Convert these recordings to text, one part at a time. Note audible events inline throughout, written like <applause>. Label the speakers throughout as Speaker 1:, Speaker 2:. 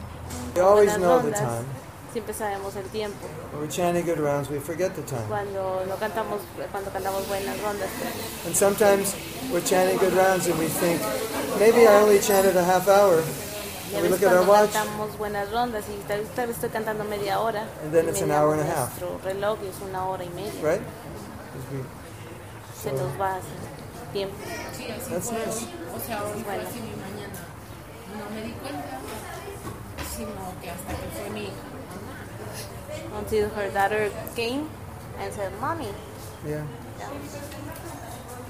Speaker 1: We
Speaker 2: como
Speaker 1: always
Speaker 2: las
Speaker 1: know the
Speaker 2: rondas,
Speaker 1: time.
Speaker 2: siempre sabemos el tiempo.
Speaker 1: When we're chanting good rounds, we forget the time.
Speaker 2: Cuando no cantamos, cuando cantamos buenas rondas, pues,
Speaker 1: And sometimes we're chanting good rounds and we think, maybe I only chanted a half hour.
Speaker 2: y a
Speaker 1: And we
Speaker 2: veces
Speaker 1: look at our
Speaker 2: cuando
Speaker 1: watch,
Speaker 2: cantamos buenas rondas y tal, vez- tal vez estoy cantando media hora.
Speaker 1: And then
Speaker 2: y
Speaker 1: it's an
Speaker 2: miramos
Speaker 1: hour and a half.
Speaker 2: Nuestro reloj y es una hora y media.
Speaker 1: right? 'Cause we-
Speaker 2: Se nos va el tiempo.
Speaker 3: Sí, así
Speaker 1: That's
Speaker 3: fue.
Speaker 1: nice.
Speaker 3: O sea, hoy fue
Speaker 2: Bueno.
Speaker 3: así mi mañana. No me di cuenta, sino que hasta que fue mi hija.
Speaker 2: Until her daughter came and said, "Mommy,
Speaker 1: Yeah.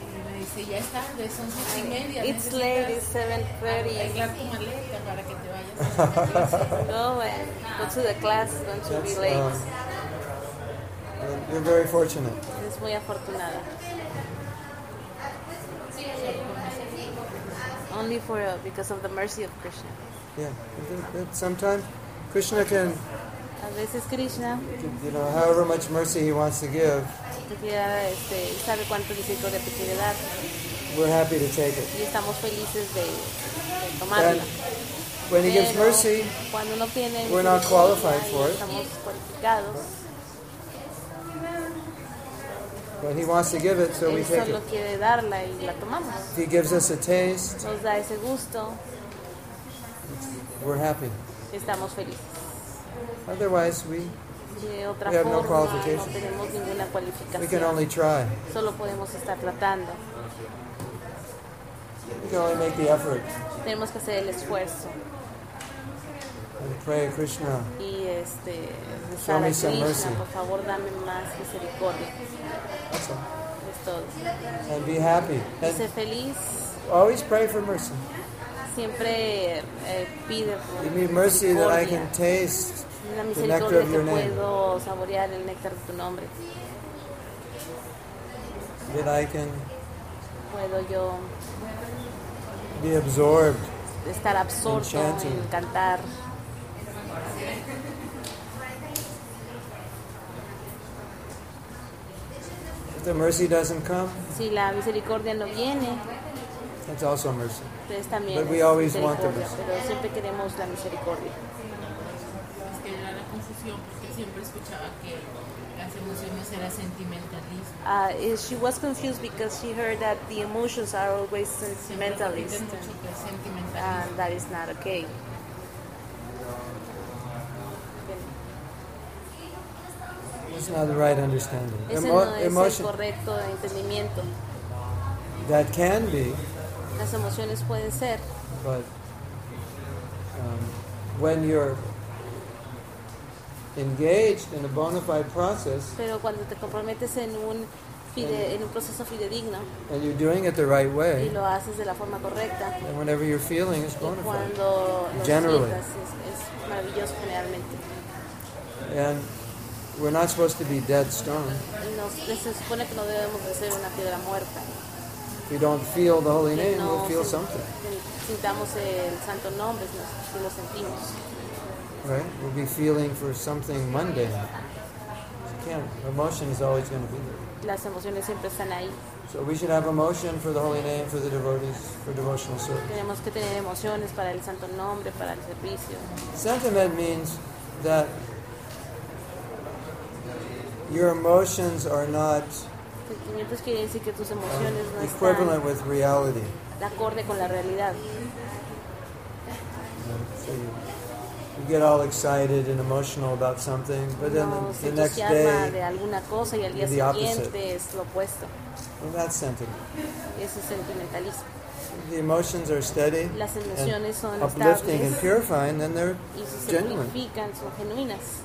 Speaker 3: Y me dice, ya es tarde, son seis y media.
Speaker 2: it's
Speaker 3: necesitas
Speaker 2: late, it's 7:30.
Speaker 3: Arreglar tu maleta para que te vayas a la clase.
Speaker 2: Go and go to the class. Don't you be
Speaker 1: That's,
Speaker 2: late."
Speaker 1: um, you're very fortunate.
Speaker 2: Es muy afortunada. Only for uh, because of the mercy of Krishna.
Speaker 1: Yeah. I think that sometimes Krishna can,
Speaker 2: A veces Krishna
Speaker 1: you know, however much mercy he wants to give,
Speaker 2: ya, este, sabe cuánto necesito de oportunidad
Speaker 1: we're happy to take it.
Speaker 2: y estamos felices de, de
Speaker 1: And
Speaker 2: tomarla.
Speaker 1: when he gives
Speaker 2: Pero
Speaker 1: mercy,
Speaker 2: cuando uno tiene
Speaker 1: we're not qualified
Speaker 2: y
Speaker 1: for it.
Speaker 2: estamos cualificados,
Speaker 1: when he wants to give it, so we
Speaker 2: él
Speaker 1: take
Speaker 2: solo
Speaker 1: it.
Speaker 2: quiere darla y la tomamos.
Speaker 1: If he gives us a taste,
Speaker 2: Nos da ese gusto,
Speaker 1: we're happy.
Speaker 2: estamos felices.
Speaker 1: Otherwise, we,
Speaker 2: De otra
Speaker 1: We have no
Speaker 2: forma, no
Speaker 1: qualification.
Speaker 2: tenemos ninguna
Speaker 1: we can
Speaker 2: cualificación,
Speaker 1: only try.
Speaker 2: solo podemos estar tratando.
Speaker 1: We can only make the effort
Speaker 2: Tenemos que hacer el esfuerzo
Speaker 1: and pray, Krishna,
Speaker 2: y este
Speaker 1: Show
Speaker 2: rezar a
Speaker 1: me some mercy.
Speaker 2: Krishna, por favor dame más misericordia.
Speaker 1: that's all.
Speaker 2: Es todo.
Speaker 1: and be happy.
Speaker 2: Y sé
Speaker 1: And
Speaker 2: feliz,
Speaker 1: always pray for mercy.
Speaker 2: siempre eh, pide por
Speaker 1: Give me mercy that I
Speaker 2: misericordia.
Speaker 1: can taste.
Speaker 2: Una
Speaker 1: nectar
Speaker 2: misericordia
Speaker 1: of
Speaker 2: que
Speaker 1: your name.
Speaker 2: puedo saborear el néctar de tu nombre.
Speaker 1: that I can
Speaker 2: Puedo yo
Speaker 1: be absorbed.
Speaker 2: estar absorto
Speaker 1: Enchanting.
Speaker 2: en cantar.
Speaker 1: If the mercy doesn't come,
Speaker 2: Si la misericordia no viene,
Speaker 1: that's also mercy.
Speaker 2: pues también
Speaker 1: But we
Speaker 2: es
Speaker 1: always want the
Speaker 2: misericordia, pero siempre queremos la misericordia.
Speaker 3: Es que era la confusión porque siempre escuchaba que las emociones era sentimentalismo.
Speaker 2: Uh, is- she was confused because she heard that the emotions are always
Speaker 3: Siempre
Speaker 2: sentimentalist,
Speaker 3: repiten mucho que es sentimentalismo.
Speaker 2: and that is not okay.
Speaker 1: It's not the right understanding.
Speaker 2: Ese
Speaker 1: Emo-
Speaker 2: no es
Speaker 1: emotion
Speaker 2: el correcto entendimiento.
Speaker 1: that can be,
Speaker 2: Las emociones pueden ser,
Speaker 1: but um, when you're engaged in a bona fide process
Speaker 2: pero cuando te comprometes en un fide- en un proceso fidedigno
Speaker 1: and you're doing it the right
Speaker 2: y
Speaker 1: way,
Speaker 2: lo haces de la forma correcta,
Speaker 1: and whenever you're feeling is bona
Speaker 2: y
Speaker 1: fide.
Speaker 2: cuando lo
Speaker 1: Generally.
Speaker 2: sientas es, es maravilloso generalmente.
Speaker 1: And we're not supposed to be dead stone.
Speaker 2: Y nos- se supone que no debemos de ser una piedra muerta.
Speaker 1: If we don't feel the holy
Speaker 2: que
Speaker 1: name, we'll
Speaker 2: no
Speaker 1: feel
Speaker 2: sen-
Speaker 1: something,
Speaker 2: sen- sintamos el santo nombre, nos- si lo sentimos.
Speaker 1: right? We'll be feeling for something mundane. You can't. Emotion is always going to be there.
Speaker 2: Las emociones siempre están ahí.
Speaker 1: So we should have emotion for the holy name, for the devotees, for devotional service.
Speaker 2: Tenemos que tener emociones para el santo nombre, para el servicio.
Speaker 1: Sentiment means that your emotions are not
Speaker 2: Sentimientos quiere decir que tus emociones no
Speaker 1: equivalent
Speaker 2: están
Speaker 1: with reality.
Speaker 2: de acorde con la realidad.
Speaker 1: you know. So you, you get all excited and emotional about something, but then
Speaker 2: No
Speaker 1: the,
Speaker 2: se
Speaker 1: the next
Speaker 2: entusiasma de
Speaker 1: day,
Speaker 2: alguna cosa y al día
Speaker 1: the opposite.
Speaker 2: siguiente es lo opuesto.
Speaker 1: well, that's sentiment.
Speaker 2: Eso es sentimentalismo.
Speaker 1: The emotions are steady,
Speaker 2: Las
Speaker 1: and
Speaker 2: emociones son
Speaker 1: uplifting, and
Speaker 2: estables
Speaker 1: purifying, then they're
Speaker 2: y si se
Speaker 1: genuine.
Speaker 2: purifican, son genuinas.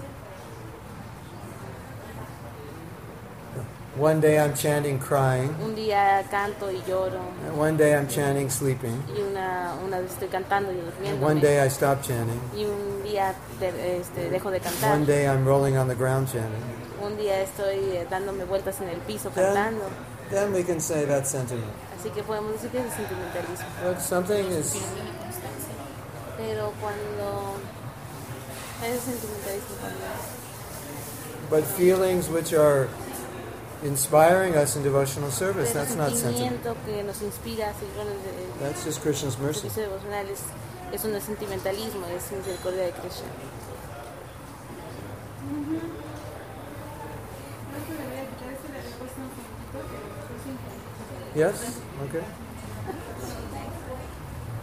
Speaker 1: One day I'm chanting crying,
Speaker 2: Un día canto y lloro,
Speaker 1: and one day I'm chanting sleeping,
Speaker 2: y una, una vez estoy cantando y
Speaker 1: and one
Speaker 2: durmiendo.
Speaker 1: day I stop chanting.
Speaker 2: y un día te- este, dejo de cantar.
Speaker 1: One day I'm rolling on the ground chanting.
Speaker 2: Un día estoy eh, dándome vueltas en el piso
Speaker 1: Then,
Speaker 2: cantando.
Speaker 1: then we can say that sentiment.
Speaker 2: Así que podemos decir que es sentimentalismo.
Speaker 1: But something is
Speaker 2: Pero cuando es sentimentalismo cuando
Speaker 1: but feelings which are inspiring us in devotional service,
Speaker 2: pero
Speaker 1: that's not
Speaker 2: el
Speaker 1: sentiment.
Speaker 2: sentimiento que nos inspira a seguir con el, el
Speaker 1: That's just Krishna's mercy.
Speaker 2: servicio devocional es Eso no es sentimentalismo, es misericordia de Krishna.
Speaker 1: Yes? Okay.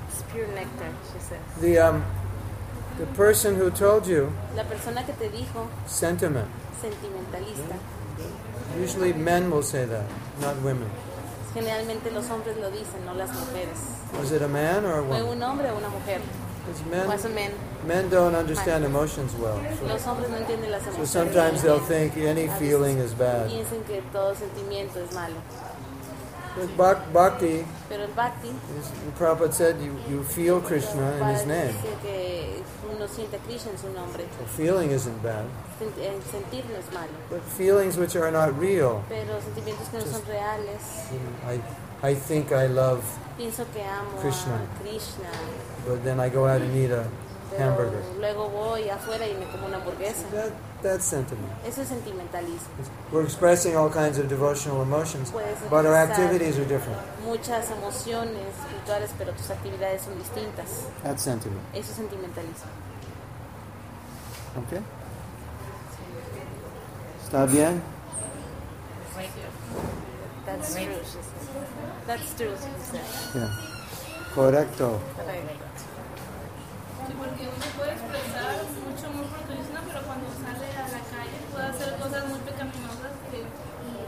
Speaker 2: It's pure nectar, she says.
Speaker 1: The, um, the person who told you
Speaker 2: La persona que te dijo
Speaker 1: sentiment.
Speaker 2: sentimentalista,
Speaker 1: Usually men will say that, not women.
Speaker 2: generalmente los hombres lo dicen, no las mujeres.
Speaker 1: Was it a man or a
Speaker 2: ¿Fue
Speaker 1: woman?
Speaker 2: un hombre o una mujer?
Speaker 1: Because
Speaker 2: Más o
Speaker 1: men,
Speaker 2: menos.
Speaker 1: men don't understand emotions well. So,
Speaker 2: Los hombres no entienden las
Speaker 1: so
Speaker 2: emociones.
Speaker 1: sometimes they'll think any feeling is bad.
Speaker 2: Piensen que todo sentimiento es malo.
Speaker 1: But bhak- bhakti,
Speaker 2: Pero el bhakti
Speaker 1: is, Prabhupada said, you, you feel Krishna in his name.
Speaker 2: dice que uno siente a Krishna en su nombre.
Speaker 1: So feeling isn't bad.
Speaker 2: Sen- El sentir no es malo.
Speaker 1: But feelings which are not real,
Speaker 2: Pero los sentimientos que no son reales,
Speaker 1: you know, I, I think I love,
Speaker 2: pienso que amo
Speaker 1: Krishna.
Speaker 2: a Krishna,
Speaker 1: but then I go out and eat a
Speaker 2: pero
Speaker 1: hamburger.
Speaker 2: luego voy afuera y me como una hamburguesa.
Speaker 1: That, that's sentiment.
Speaker 2: Eso es sentimentalismo.
Speaker 1: We're expressing all kinds of devotional emotions,
Speaker 2: Puedes
Speaker 1: but our
Speaker 2: expresar
Speaker 1: activities are different.
Speaker 2: muchas emociones espirituales, pero tus actividades son distintas.
Speaker 1: That's sentiment.
Speaker 2: Eso es sentimentalismo.
Speaker 1: Okay? Está bien?
Speaker 3: Right there.
Speaker 2: That's true, she said. That's true, she said.
Speaker 1: Yeah. Correcto.
Speaker 2: Correcto.
Speaker 4: Sí, porque uno puede expresar mucho amor por Krishna, pero cuando sale a la calle puede hacer cosas muy pecaminosas que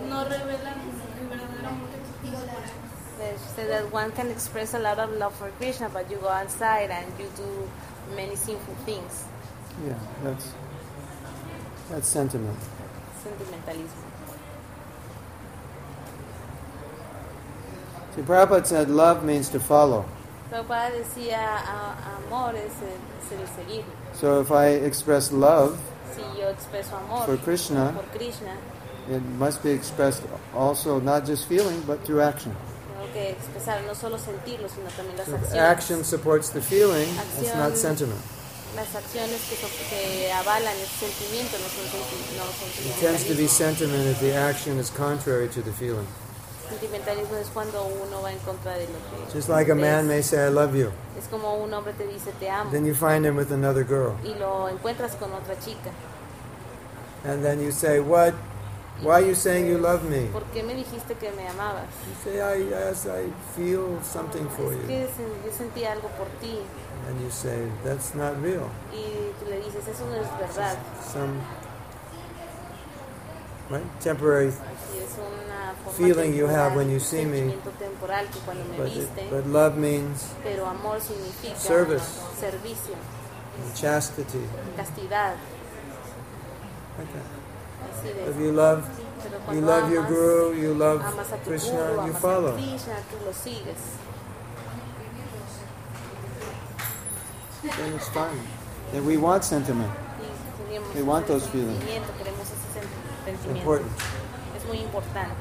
Speaker 4: no revelan el verdadero amor que existe por él.
Speaker 2: She said that one can express a lot of love for Krishna, but you go outside and you do many sinful things.
Speaker 1: Yeah, that's, that's sentiment.
Speaker 2: Sentimentalismo.
Speaker 1: See, Prabhupada said love means to follow.
Speaker 2: Prabhupada decía, "A- amor es el, es el seguir.
Speaker 1: So if I express love
Speaker 2: Si yo expreso amor
Speaker 1: for Krishna,
Speaker 2: por Krishna,
Speaker 1: it must be expressed also not just feeling, but through action.
Speaker 2: tengo que expresar no solo sentirlo, sino también las
Speaker 1: So if
Speaker 2: acciones.
Speaker 1: action supports the feeling, it's not
Speaker 2: Acción.
Speaker 1: sentiment.
Speaker 2: Las acciones que, so- que avalan el sentimiento no son, senti- no son
Speaker 1: It tends to be
Speaker 2: sentimentalismo.
Speaker 1: sentiment if the action is contrary to the feeling.
Speaker 2: Sentimentalismo es cuando uno va en contra de lo que
Speaker 1: Just like a man
Speaker 2: es.
Speaker 1: may say, I love you.
Speaker 2: Es como un hombre te dice te amo
Speaker 1: Then you find him with another girl.
Speaker 2: y lo encuentras con otra chica.
Speaker 1: And then you say, What? Why are you saying you love me?
Speaker 2: ¿Por qué me dijiste que me amabas?
Speaker 1: You say, I, Yes, I feel something for
Speaker 2: Es
Speaker 1: you.
Speaker 2: que sen- yo sentí algo por ti
Speaker 1: And you say, That's not real.
Speaker 2: y tú le dices eso no es verdad
Speaker 1: Some right? temporary,
Speaker 2: y es una forma
Speaker 1: Feeling you
Speaker 2: temporal,
Speaker 1: have when you
Speaker 2: un
Speaker 1: see me.
Speaker 2: sentimiento temporal que cuando me
Speaker 1: but, it,
Speaker 2: viste,
Speaker 1: but love means
Speaker 2: pero amor significa
Speaker 1: Service.
Speaker 2: servicio,
Speaker 1: chastity.
Speaker 2: castidad,
Speaker 1: Okay.
Speaker 2: así
Speaker 1: If
Speaker 2: de.
Speaker 1: you love,
Speaker 2: Pero
Speaker 1: you
Speaker 2: cuando
Speaker 1: love your
Speaker 2: amas,
Speaker 1: guru, you love
Speaker 2: amas a tu
Speaker 1: Krishna,
Speaker 2: guru,
Speaker 1: and you
Speaker 2: amas a
Speaker 1: follow.
Speaker 2: Krishna, tú lo sigues.
Speaker 1: Then it's fine. Then we want sentiment.
Speaker 2: Y queremos
Speaker 1: We want
Speaker 2: ese
Speaker 1: those feelings.
Speaker 2: sentimiento, queremos ese sen- sentimiento.
Speaker 1: Important.
Speaker 2: Es muy importante.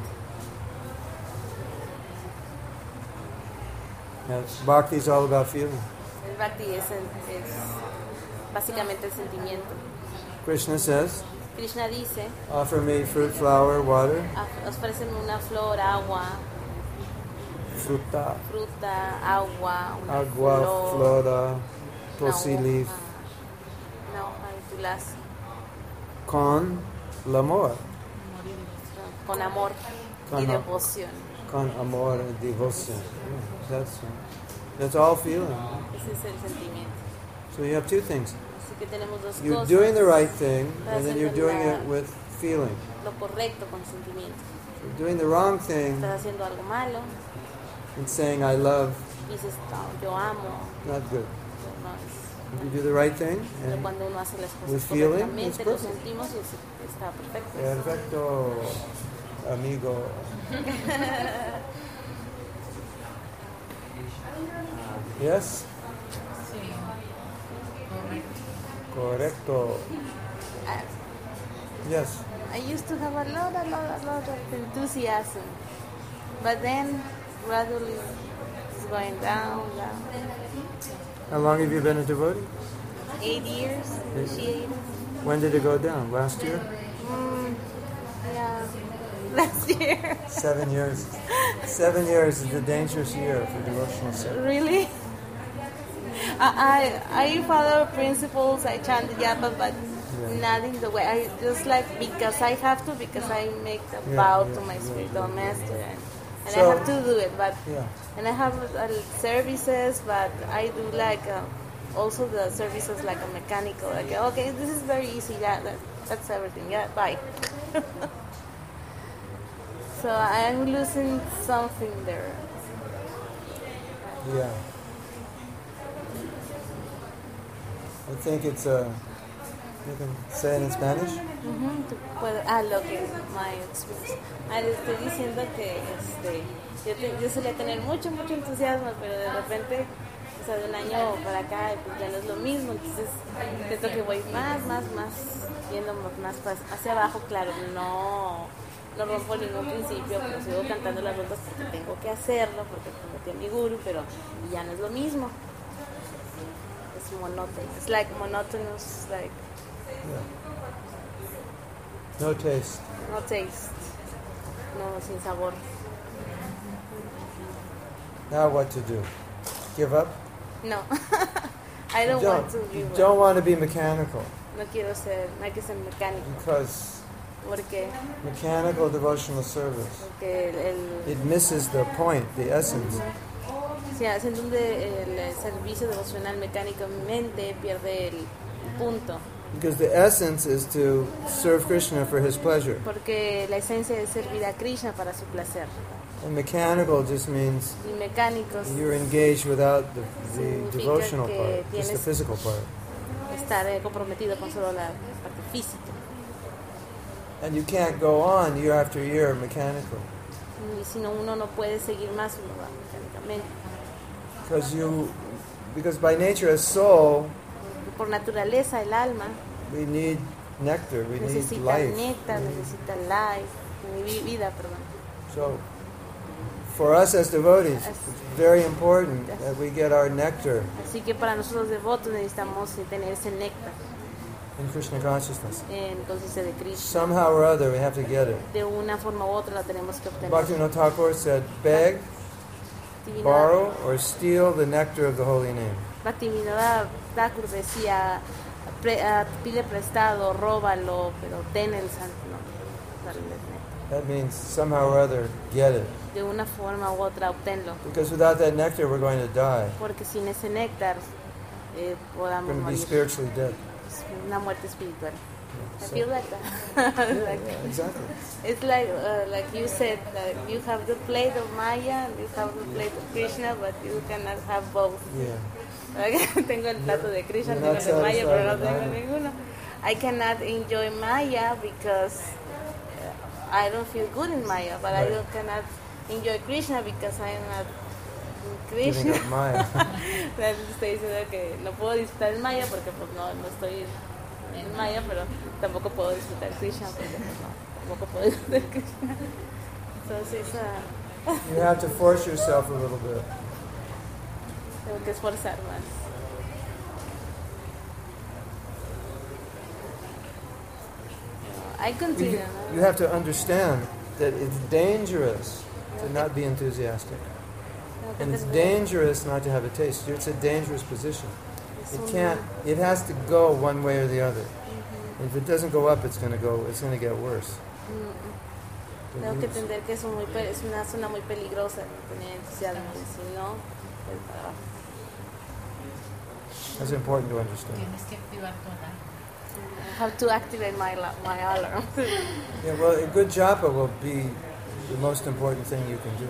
Speaker 1: Yes. Bhakti is all about feeling.
Speaker 2: El bhakti es, es básicamente el sentimiento.
Speaker 1: Krishna says,
Speaker 2: Krishna dice,
Speaker 1: offer me fruit, flower, water,
Speaker 2: "Af- ofréceme una flor, agua,
Speaker 1: fruta,
Speaker 2: fruta, agua, una
Speaker 1: agua,
Speaker 2: flor,
Speaker 1: flora,
Speaker 2: una
Speaker 1: posi
Speaker 2: hoja,
Speaker 1: leaf,
Speaker 2: una hoja de tu lazo,
Speaker 1: con l'amor,
Speaker 2: con amor
Speaker 1: Con
Speaker 2: y
Speaker 1: amor.
Speaker 2: devoción.
Speaker 1: con amor, devotion. Yeah, that's, that's all feeling.
Speaker 2: Ese es el sentimiento.
Speaker 1: So you have two things.
Speaker 2: Así que tenemos dos
Speaker 1: You're
Speaker 2: cosas.
Speaker 1: doing the right thing,
Speaker 2: Estás
Speaker 1: and then you're
Speaker 2: haciendo
Speaker 1: doing
Speaker 2: la-
Speaker 1: it with feeling.
Speaker 2: Lo correcto con sentimiento.
Speaker 1: You're doing the wrong thing
Speaker 2: Estás haciendo algo malo,
Speaker 1: and saying, I love,
Speaker 2: dices, "No, yo amo.
Speaker 1: not good.
Speaker 2: no es-
Speaker 1: If you do the right thing,
Speaker 2: Pero
Speaker 1: and
Speaker 2: cuando uno hace las
Speaker 1: With
Speaker 2: cosas
Speaker 1: feeling, it's
Speaker 2: correctamente, lo
Speaker 1: perfect.
Speaker 2: sentimos y es- está perfecto.
Speaker 1: Perfecto, amigo. yes,
Speaker 3: Sí. Correcto.
Speaker 1: correcto.
Speaker 2: Ah,
Speaker 1: Yes,
Speaker 2: I used to have a lot, a lot, a lot of enthusiasm, but then gradually it's going down, down.
Speaker 1: how long have you been a devotee?
Speaker 2: Eight years, she,
Speaker 1: When did it go down? Last year?
Speaker 2: mm, yeah, <laughs> last year.
Speaker 1: Seven years. Seven years is a dangerous year for devotional service.
Speaker 2: Really? I, I, I follow principles, I chant japa, but not in the way. I just like because I have to, because I make the
Speaker 1: Yeah,
Speaker 2: vow
Speaker 1: yeah,
Speaker 2: to my
Speaker 1: yeah,
Speaker 2: spiritual master, and, and
Speaker 1: So-
Speaker 2: I have to do it. But
Speaker 1: Yeah.
Speaker 2: and I have uh, services, but I do like uh, also the services like a mechanical. Like okay, this is very easy. Yeah, that, that's everything. Yeah, bye. <laughs> so I'm losing something there.
Speaker 1: Yeah. I think it's uh You can say it in Spanish.
Speaker 2: Ujú, tú puedes- ah, lo que my experience. Ah, le estoy diciendo que este, yo, te- yo solía tener mucho, mucho entusiasmo, pero de repente, o sea, de un año para acá, pues ya no es lo mismo. Entonces, siento que voy más, más, más, yendo más pa- hacia abajo, claro, no, no rompo ningún principio, pero sigo cantando las rutas porque tengo que hacerlo, porque cometí a mi guru, pero ya no es lo mismo. Es monótono, es like monotonous, like
Speaker 1: Yeah. No taste.
Speaker 2: No taste. No, sin sabor.
Speaker 1: Now what to do? Give up?
Speaker 2: No. <laughs> I don't,
Speaker 1: you don't,
Speaker 2: want to be
Speaker 1: you
Speaker 2: one.
Speaker 1: don't want to be mechanical
Speaker 2: No quiero ser, no hay que ser mecánico.
Speaker 1: because
Speaker 2: Porque,
Speaker 1: mechanical devotional service
Speaker 2: porque el, el-
Speaker 1: it misses the point, the essence.
Speaker 2: sí, hacen donde el servicio devocional mecánicamente pierde el punto.
Speaker 1: Because the essence is to serve Krishna for his pleasure.
Speaker 2: Porque la esencia es servir a Krishna para su placer.
Speaker 1: And mecanical just means
Speaker 2: Y mecánicos
Speaker 1: you're engaged without the, the
Speaker 2: Significa
Speaker 1: devotional
Speaker 2: que
Speaker 1: part, just the
Speaker 2: tienes-
Speaker 1: physical part.
Speaker 2: estar eh, comprometido con solo la parte física.
Speaker 1: And you can't go on year after year mechanically
Speaker 2: Y si no, uno no puede seguir más, uno va mecánicamente.
Speaker 1: because you, because by nature as soul,
Speaker 2: Por naturaleza, el alma
Speaker 1: we need nectar, we need
Speaker 2: Pues necesita
Speaker 1: life.
Speaker 2: néctar,
Speaker 1: we need-
Speaker 2: necesita life, mi vi- vida, perdón.
Speaker 1: So, for us as devotees,
Speaker 2: As-
Speaker 1: it's very important
Speaker 2: Yes.
Speaker 1: that we get our nectar
Speaker 2: Así que para nosotros los devotos necesitamos eh, tener ese néctar
Speaker 1: in Krishna consciousness.
Speaker 2: en conciencia de Krishna.
Speaker 1: Somehow or other, we have to get it.
Speaker 2: De una forma u otra la tenemos que obtener.
Speaker 1: Bhaktivinoda Thakur said, beg,
Speaker 2: Divina-
Speaker 1: borrow, or steal the nectar of the holy name.
Speaker 2: Bhaktivinoda Thakur decía, "Pre- ah, pide prestado, róbalo, pero ten el santo nombre". Darle el néctar.
Speaker 1: That means somehow or other, get it.
Speaker 2: De una forma u otra obtenlo,
Speaker 1: Because without that nectar, we're going to die.
Speaker 2: porque sin ese néctar
Speaker 1: We're
Speaker 2: eh, podamos
Speaker 1: going to be
Speaker 2: morir.
Speaker 1: spiritually dead.
Speaker 2: Es una muerte espiritual. I
Speaker 1: So-
Speaker 2: feel like that.
Speaker 1: <laughs> yeah,
Speaker 2: Like-
Speaker 1: yeah, exactly.
Speaker 2: It's like uh, like you said that you have the plate of Maya and you have the plate of Krishna, but you cannot have both. <laughs>
Speaker 1: Yeah.
Speaker 2: Like, tengo el plato de Krishna,
Speaker 1: You're
Speaker 2: tengo
Speaker 1: not
Speaker 2: el de Maya, pero no
Speaker 1: satisfied
Speaker 2: tengo
Speaker 1: with either.
Speaker 2: ninguno. I cannot enjoy Maya because uh, I don't feel good in Maya, but I
Speaker 1: Right.
Speaker 2: don't, cannot enjoy Krishna because I am not in
Speaker 1: Giving
Speaker 2: Krishna.
Speaker 1: up Maya.
Speaker 2: Entonces, estoy diciendo que no puedo disfrutar el Maya porque pues no, no estoy en Maya, pero tampoco puedo disfrutar Krishna porque pues, no, tampoco puedo disfrutar <laughs> Krishna. Entonces ah,
Speaker 1: You have to force yourself a little bit.
Speaker 2: tengo que esforzar más. I
Speaker 1: You,
Speaker 2: continue. ¿no?
Speaker 1: you have to understand that it's dangerous to not be enthusiastic.
Speaker 2: Tengo que
Speaker 1: And it's
Speaker 2: entender,
Speaker 1: dangerous not to have a taste. It's a dangerous position.
Speaker 2: es
Speaker 1: It
Speaker 2: un-
Speaker 1: can't, it has to go one way or the other. If it doesn't go up, it's going to go, it's going to get worse.
Speaker 2: mm, Tengo que entender que es, un muy, pe- es una zona muy peligrosa, no tener entusiasmo, si no, pues, ah, el trabajo.
Speaker 1: That's important to understand.
Speaker 3: Tienes que activar tu alarma.
Speaker 2: How to activate my la- my alarm. <laughs>
Speaker 1: Yeah, well, a good japa will be the most important thing you can do.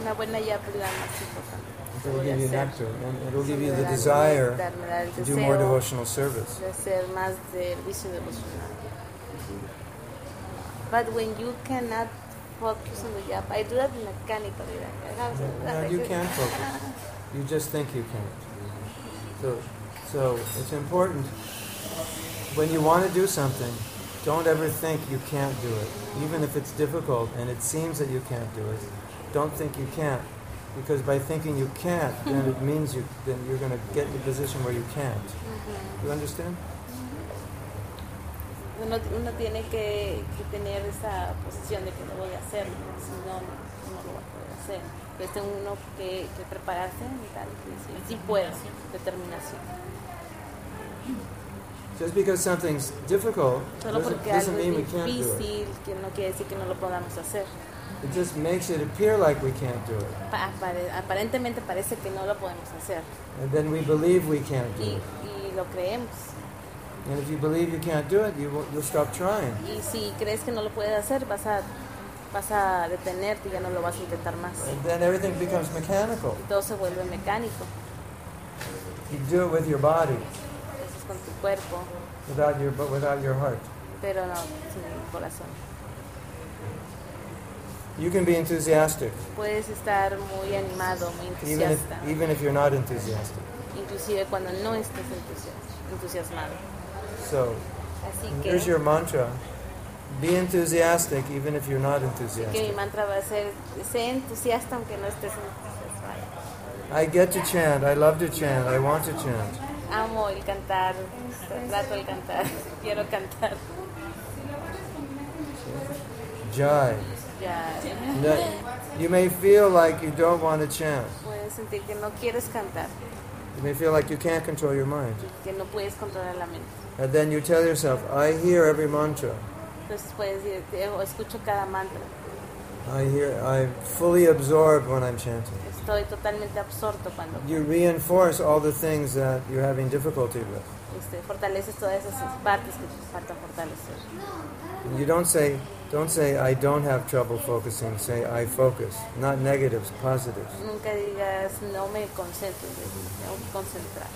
Speaker 2: Una buena ya pues la más importante. que
Speaker 1: It'll
Speaker 2: voy a
Speaker 1: give you
Speaker 2: hacer.
Speaker 1: nectar, and it'll give
Speaker 2: Me
Speaker 1: you
Speaker 2: dará
Speaker 1: the
Speaker 2: el
Speaker 1: desire
Speaker 2: bienestar, me dará el
Speaker 1: to do more
Speaker 2: deseo
Speaker 1: devotional service.
Speaker 2: de hacer más servicio devocional. But when you cannot focus on the job, I do that mechanically. Like, I have
Speaker 1: No, you can focus.
Speaker 2: <laughs>
Speaker 1: You just think you can't. So, so it's important when you want to do something, don't ever think you can't do it. Even if it's difficult and it seems that you can't do it, don't think you can't. Because by thinking you can't, then
Speaker 2: <laughs>
Speaker 1: it means you then you're going to get in a position where you can't.
Speaker 2: Mm-hmm.
Speaker 1: You understand?
Speaker 2: Uno, uno tiene que, que tener esa posición de que lo voy a hacer, si no, no, no lo voy a poder hacer. pues tengo uno que, que prepararse y tal, y sí, sí puedo, determinación.
Speaker 1: Just because something's difficult
Speaker 2: Solo
Speaker 1: doesn't,
Speaker 2: porque
Speaker 1: doesn't
Speaker 2: algo
Speaker 1: mean we
Speaker 2: es
Speaker 1: can't do it.
Speaker 2: difícil, que no quiere decir que no lo podamos hacer.
Speaker 1: It just makes it appear like we can't do it.
Speaker 2: Pa- apare- aparentemente parece que no lo podemos hacer
Speaker 1: And then we believe we can't do
Speaker 2: y,
Speaker 1: it.
Speaker 2: y lo creemos.
Speaker 1: And if you believe you can't do it, you will, you'll stop trying.
Speaker 2: Y si crees que no lo puedes hacer, vas a, vas a detenerte y ya no lo vas a intentar más.
Speaker 1: And then everything becomes mechanical.
Speaker 2: Y todo se vuelve mecánico.
Speaker 1: You do it with your body,
Speaker 2: Eso es con tu cuerpo,
Speaker 1: without your, but without your heart.
Speaker 2: pero no sin el corazón.
Speaker 1: You can be enthusiastic,
Speaker 2: Puedes estar muy animado, muy
Speaker 1: even if,
Speaker 2: entusiasta,
Speaker 1: even if you're not enthusiastic.
Speaker 2: inclusive cuando no estés entusias- entusiasmado.
Speaker 1: So
Speaker 2: Así
Speaker 1: here's
Speaker 2: que,
Speaker 1: your mantra. Be enthusiastic even if you're not
Speaker 2: que mi
Speaker 1: enthusiastic.
Speaker 2: mantra va a ser, sé entusiasta aunque no estés entusiasmado.
Speaker 1: I get to chant. I love to chant. I want to chant.
Speaker 2: Amo el cantar, trato el cantar, <laughs> quiero cantar.
Speaker 1: Jai.
Speaker 2: Ya,
Speaker 1: No- You may feel like you don't want to chant.
Speaker 2: puedes sentir que no quieres cantar,
Speaker 1: You may feel like you can't control your mind.
Speaker 2: que no puedes controlar la mente.
Speaker 1: And then you tell yourself, I hear every mantra.
Speaker 2: Entonces puedes decir, "Te- o escucho cada mantra,
Speaker 1: I hear, I'm fully absorbed when I'm chanting.
Speaker 2: estoy totalmente absorto cuando
Speaker 1: You reinforce all the things that you're having difficulty with.
Speaker 2: este, fortaleces todas esas partes que te falta fortalecer.
Speaker 1: And You don't say, don't say, I don't have trouble focusing. Say, I focus. Not negatives, positives.
Speaker 2: Nunca digas, no me concentro, de- tengo que concentrar.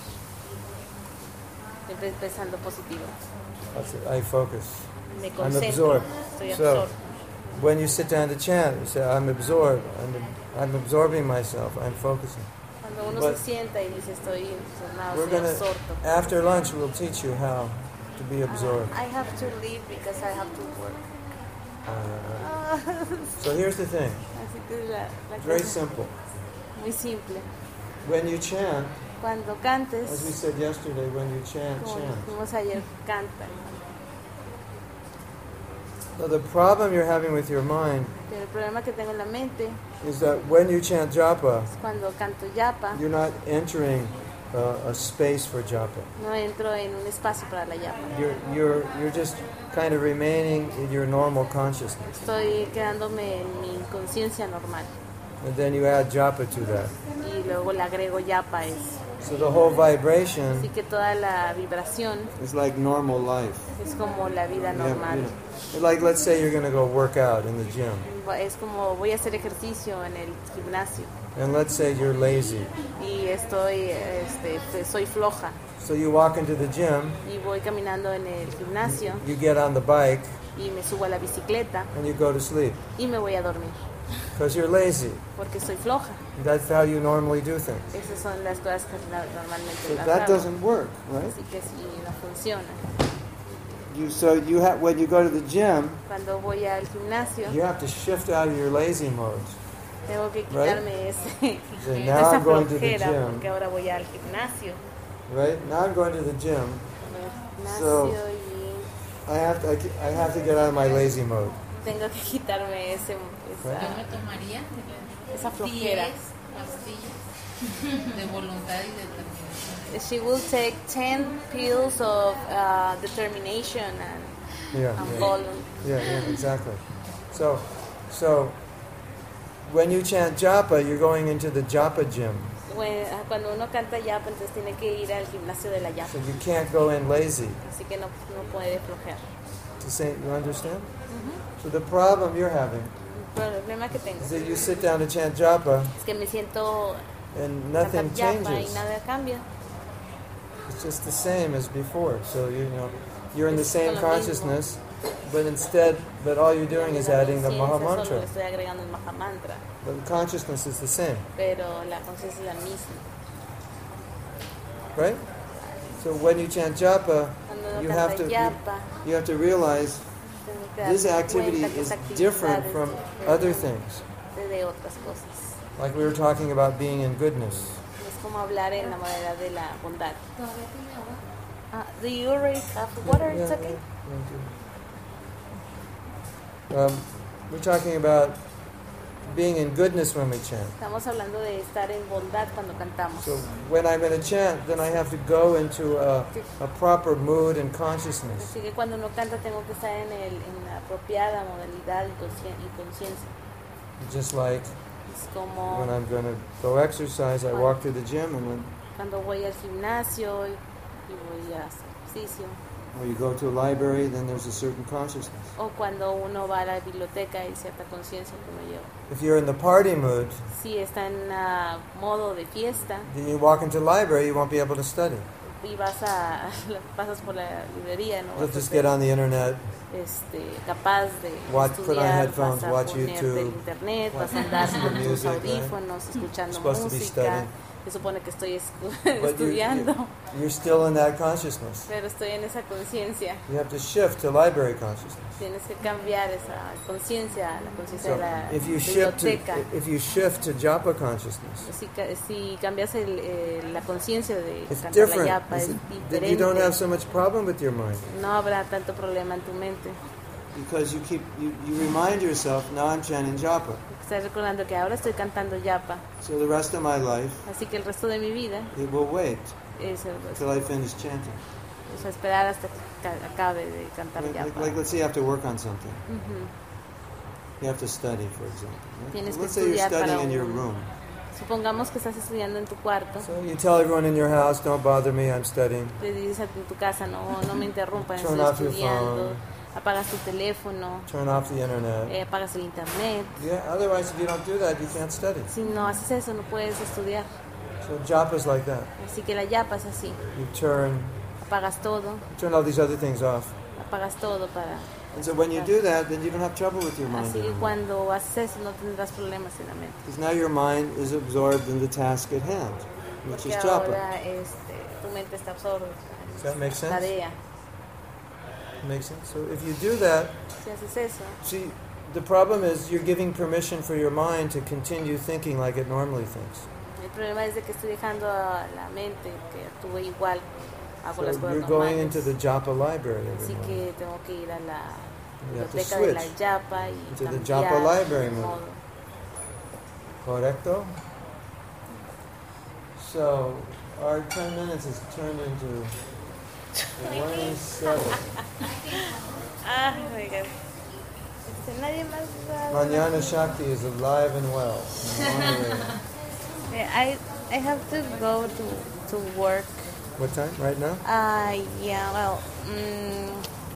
Speaker 2: Siempre pensando positivo.
Speaker 1: That's it. I focus.
Speaker 2: Me
Speaker 1: I'm
Speaker 2: concentro,
Speaker 1: absorbed.
Speaker 2: estoy
Speaker 1: So,
Speaker 2: absorto.
Speaker 1: when you sit down to chant, you say, I'm absorbed. I'm, I'm absorbing myself. I'm focusing.
Speaker 2: Cuando uno
Speaker 1: but-
Speaker 2: se sienta y dice, estoy entusiasmado,
Speaker 1: We're
Speaker 2: estoy
Speaker 1: gonna-
Speaker 2: absorto.
Speaker 1: After lunch, we'll teach you how to be absorbed.
Speaker 2: I have to leave because I have to work.
Speaker 1: Uh, so here's the thing.
Speaker 2: <laughs> Así que la, la
Speaker 1: It's very
Speaker 2: cosa-
Speaker 1: simple.
Speaker 2: Muy simple.
Speaker 1: When you chant,
Speaker 2: Cuando
Speaker 1: as we
Speaker 2: cantes,
Speaker 1: said yesterday, when you chant,
Speaker 2: como
Speaker 1: chant.
Speaker 2: dijimos ayer, canta.
Speaker 1: So the problem you're having with your mind
Speaker 2: Pero el problema que tengo en la mente
Speaker 1: is that when you chant japa,
Speaker 2: es cuando canto yapa,
Speaker 1: you're not entering uh, a space for japa.
Speaker 2: no entro en un espacio para la yapa.
Speaker 1: You're, you're, you're just kind of remaining in your normal consciousness.
Speaker 2: Estoy quedándome en mi conciencia normal.
Speaker 1: And then you add japa to that.
Speaker 2: Y luego le agrego yapa eso.
Speaker 1: So the whole
Speaker 2: Así
Speaker 1: vibration
Speaker 2: que toda la vibración
Speaker 1: is like normal life.
Speaker 2: es como la vida
Speaker 1: You have-
Speaker 2: normal.
Speaker 1: you know, like, let's say you're going to go work out in the gym.
Speaker 2: Es como voy a hacer ejercicio en el gimnasio
Speaker 1: And let's say you're lazy.
Speaker 2: y estoy, este, pues, soy floja
Speaker 1: So you walk into the gym,
Speaker 2: y voy caminando en el gimnasio
Speaker 1: you get on the bike,
Speaker 2: y me subo a la bicicleta
Speaker 1: and you go to sleep
Speaker 2: y me voy a dormir
Speaker 1: because you're lazy.
Speaker 2: porque soy floja.
Speaker 1: That's how you normally do things.
Speaker 2: Esas son las cosas que no- normalmente
Speaker 1: So
Speaker 2: las
Speaker 1: that
Speaker 2: hago.
Speaker 1: doesn't work, right?
Speaker 2: Así que sí, no funciona.
Speaker 1: You, so you have when you go to the gym,
Speaker 2: Cuando voy al gimnasio,
Speaker 1: you have to shift out of your lazy mode.
Speaker 2: tengo que quitarme ese, <laughs>
Speaker 1: Say, now
Speaker 2: esa
Speaker 1: I'm going to the
Speaker 2: flojera
Speaker 1: gym,
Speaker 2: porque ahora voy al gimnasio.
Speaker 1: right? Now I'm going to the gym.
Speaker 2: Voy al
Speaker 1: So-
Speaker 2: gimnasio y
Speaker 1: I have to, I, ca- I have to get out of my lazy mode.
Speaker 2: tengo que quitarme ese,
Speaker 3: Yo me
Speaker 2: esa,
Speaker 3: tomaría
Speaker 2: esa flojera.
Speaker 3: 10 pastillas de voluntad y determinación.
Speaker 2: She will take 10 pills of uh, determination and,
Speaker 1: Yeah,
Speaker 2: and
Speaker 1: yeah,
Speaker 2: volun-
Speaker 1: yeah, yeah, exactly. So, so when you chant japa, you're going into the japa gym.
Speaker 2: Bueno, Cuando uno canta yapa, entonces tiene que ir al gimnasio de la yapa.
Speaker 1: So you can't go in lazy.
Speaker 2: Así que no, no puede flojear.
Speaker 1: To say, you understand? So the problem you're having
Speaker 2: Pero el problema que tengo
Speaker 1: is that you sit down to chant japa
Speaker 2: es que me siento
Speaker 1: and nothing
Speaker 2: cantar yapa y
Speaker 1: changes.
Speaker 2: nada cambia.
Speaker 1: It's just the same as before. So you know, you're in the
Speaker 2: Es
Speaker 1: same
Speaker 2: lo mismo.
Speaker 1: consciousness, but instead, but all you're doing is adding the
Speaker 2: La
Speaker 1: maha
Speaker 2: conciencia, solo
Speaker 1: mantra.
Speaker 2: estoy agregando el maha mantra,
Speaker 1: The consciousness is the same,
Speaker 2: pero la conciencia es la misma.
Speaker 1: right? So when you chant japa,
Speaker 2: Cuando
Speaker 1: you
Speaker 2: uno canta
Speaker 1: have to you,
Speaker 2: yapa,
Speaker 1: you have to realize
Speaker 2: tengo que
Speaker 1: this
Speaker 2: darme
Speaker 1: activity
Speaker 2: cuenta que
Speaker 1: is
Speaker 2: esta actividad
Speaker 1: different
Speaker 2: es
Speaker 1: from
Speaker 2: diferente
Speaker 1: other things.
Speaker 2: de otras cosas.
Speaker 1: Like we were talking about being in goodness.
Speaker 2: Es como hablar en la manera de la bondad. Ah, do you already have water? It's
Speaker 1: Yeah,
Speaker 2: okay.
Speaker 1: yeah, yeah, yeah. Um, we're talking about being in goodness when we chant.
Speaker 2: Estamos hablando de estar en bondad cuando cantamos.
Speaker 1: So when I'm in a chant, then I have to go into a, a proper mood and consciousness.
Speaker 2: Así que cuando uno canta tengo que estar en, el, en la apropiada modalidad y conscien- y conciencia.
Speaker 1: Just like
Speaker 2: Es
Speaker 1: when
Speaker 2: como
Speaker 1: I'm going to go exercise, I walk to the gym, and when
Speaker 2: cuando voy al gimnasio y, y voy a hacer ejercicio.
Speaker 1: or you go to a library, then there's a certain consciousness.
Speaker 2: O cuando uno va a la biblioteca hay cierta conciencia que uno lleva.
Speaker 1: If you're in the party mood,
Speaker 2: Si está en ah, modo de fiesta
Speaker 1: then you walk into the library, you won't be able to study.
Speaker 2: y vas a <laughs> pasas por la librería, no
Speaker 1: You'll
Speaker 2: vas a
Speaker 1: just
Speaker 2: ser,
Speaker 1: get on the internet.
Speaker 2: este, capaz de
Speaker 1: Watch- put on
Speaker 2: estudiar,
Speaker 1: headphones,
Speaker 2: vas a
Speaker 1: watch
Speaker 2: ponerte
Speaker 1: YouTube,
Speaker 2: el internet,
Speaker 1: watch-
Speaker 2: vas a andar
Speaker 1: listen to
Speaker 2: con tus
Speaker 1: music, right?
Speaker 2: audífonos, escuchando
Speaker 1: Supposed to be
Speaker 2: música.
Speaker 1: studying.
Speaker 2: Se supone que estoy escu- <laughs>
Speaker 1: But you,
Speaker 2: estudiando,
Speaker 1: you, you're still in that consciousness.
Speaker 2: pero estoy en esa conciencia.
Speaker 1: You have to shift to library consciousness.
Speaker 2: Tienes que cambiar esa conciencia, la conciencia
Speaker 1: So
Speaker 2: de la
Speaker 1: if you shift to
Speaker 2: biblioteca.
Speaker 1: if you shift to japa consciousness,
Speaker 2: si, ca- si cambias el, eh, la conciencia de
Speaker 1: it's
Speaker 2: cantar la
Speaker 1: different.
Speaker 2: yapa,
Speaker 1: It's-
Speaker 2: es
Speaker 1: then you don't have
Speaker 2: diferente.
Speaker 1: so much problem with your mind
Speaker 2: No habrá tanto problema en tu mente.
Speaker 1: because you keep you, you remind yourself now I'm chanting japa.
Speaker 2: Estás recordando que ahora estoy cantando yapa,
Speaker 1: So the rest of my life
Speaker 2: así que el resto de mi vida
Speaker 1: it will wait
Speaker 2: es el resto.
Speaker 1: until I finish chanting.
Speaker 2: O sea, esperar hasta que ca- acabe de cantar
Speaker 1: Like,
Speaker 2: ya.
Speaker 1: like,
Speaker 2: para-
Speaker 1: like, let's say you have to work on something.
Speaker 2: Ujú.
Speaker 1: You have to study, for example. right?
Speaker 2: Tienes que
Speaker 1: Let's say you're
Speaker 2: estudiar para
Speaker 1: studying in your
Speaker 2: un-
Speaker 1: room.
Speaker 2: Supongamos que estás estudiando en tu cuarto.
Speaker 1: So you tell everyone in your house, don't bother me, I'm studying.
Speaker 2: Te dices en tu casa, no, no me interrumpan,
Speaker 1: Turn
Speaker 2: estoy
Speaker 1: off your
Speaker 2: estudiando.
Speaker 1: phone.
Speaker 2: Apagas tu teléfono,
Speaker 1: Turn off the internet.
Speaker 2: eh, apagas el internet.
Speaker 1: Yeah, otherwise if you don't do that, you can't study.
Speaker 2: Si no haces eso, no puedes estudiar.
Speaker 1: So japa is like that.
Speaker 2: Así que la yapa es así.
Speaker 1: You turn
Speaker 2: Apagas todo,
Speaker 1: turn all these other things off.
Speaker 2: apagas todo para...
Speaker 1: And so when you do that, then you don't have trouble with your mind.
Speaker 2: Así que
Speaker 1: anymore.
Speaker 2: cuando haces eso, no tendrás problemas en la mente.
Speaker 1: Because now your mind is absorbed in the task at hand, which is
Speaker 2: Porque
Speaker 1: japa.
Speaker 2: ahora este, tu mente está absorbida
Speaker 1: Does
Speaker 2: en
Speaker 1: that make sense?
Speaker 2: tarea.
Speaker 1: Makes sense. So if you do that,
Speaker 2: Si haces eso,
Speaker 1: see, the problem is you're giving permission for your mind to continue thinking like it normally thinks.
Speaker 2: El problema es de que estoy dejando a la mente que actúe igual, hago
Speaker 1: So
Speaker 2: las cosas
Speaker 1: you're going into
Speaker 2: normales.
Speaker 1: the japa library every
Speaker 2: Así
Speaker 1: morning.
Speaker 2: que tengo que ir a la
Speaker 1: You have to
Speaker 2: biblioteca de la
Speaker 1: switch
Speaker 2: Yapa y
Speaker 1: into the
Speaker 2: cambiar
Speaker 1: Japa library
Speaker 2: de
Speaker 1: mode.
Speaker 2: modo.
Speaker 1: Correcto? So our 10 minutes is turned into 107.
Speaker 2: <laughs> Ah, oigan. Este, nadie más va-
Speaker 1: Manana Shakti is alive and
Speaker 2: <laughs>
Speaker 1: well. in Monterey.
Speaker 2: Eh, I, I have to go to, to work.
Speaker 1: What time? Right now?
Speaker 2: Ah, yeah, well, mm,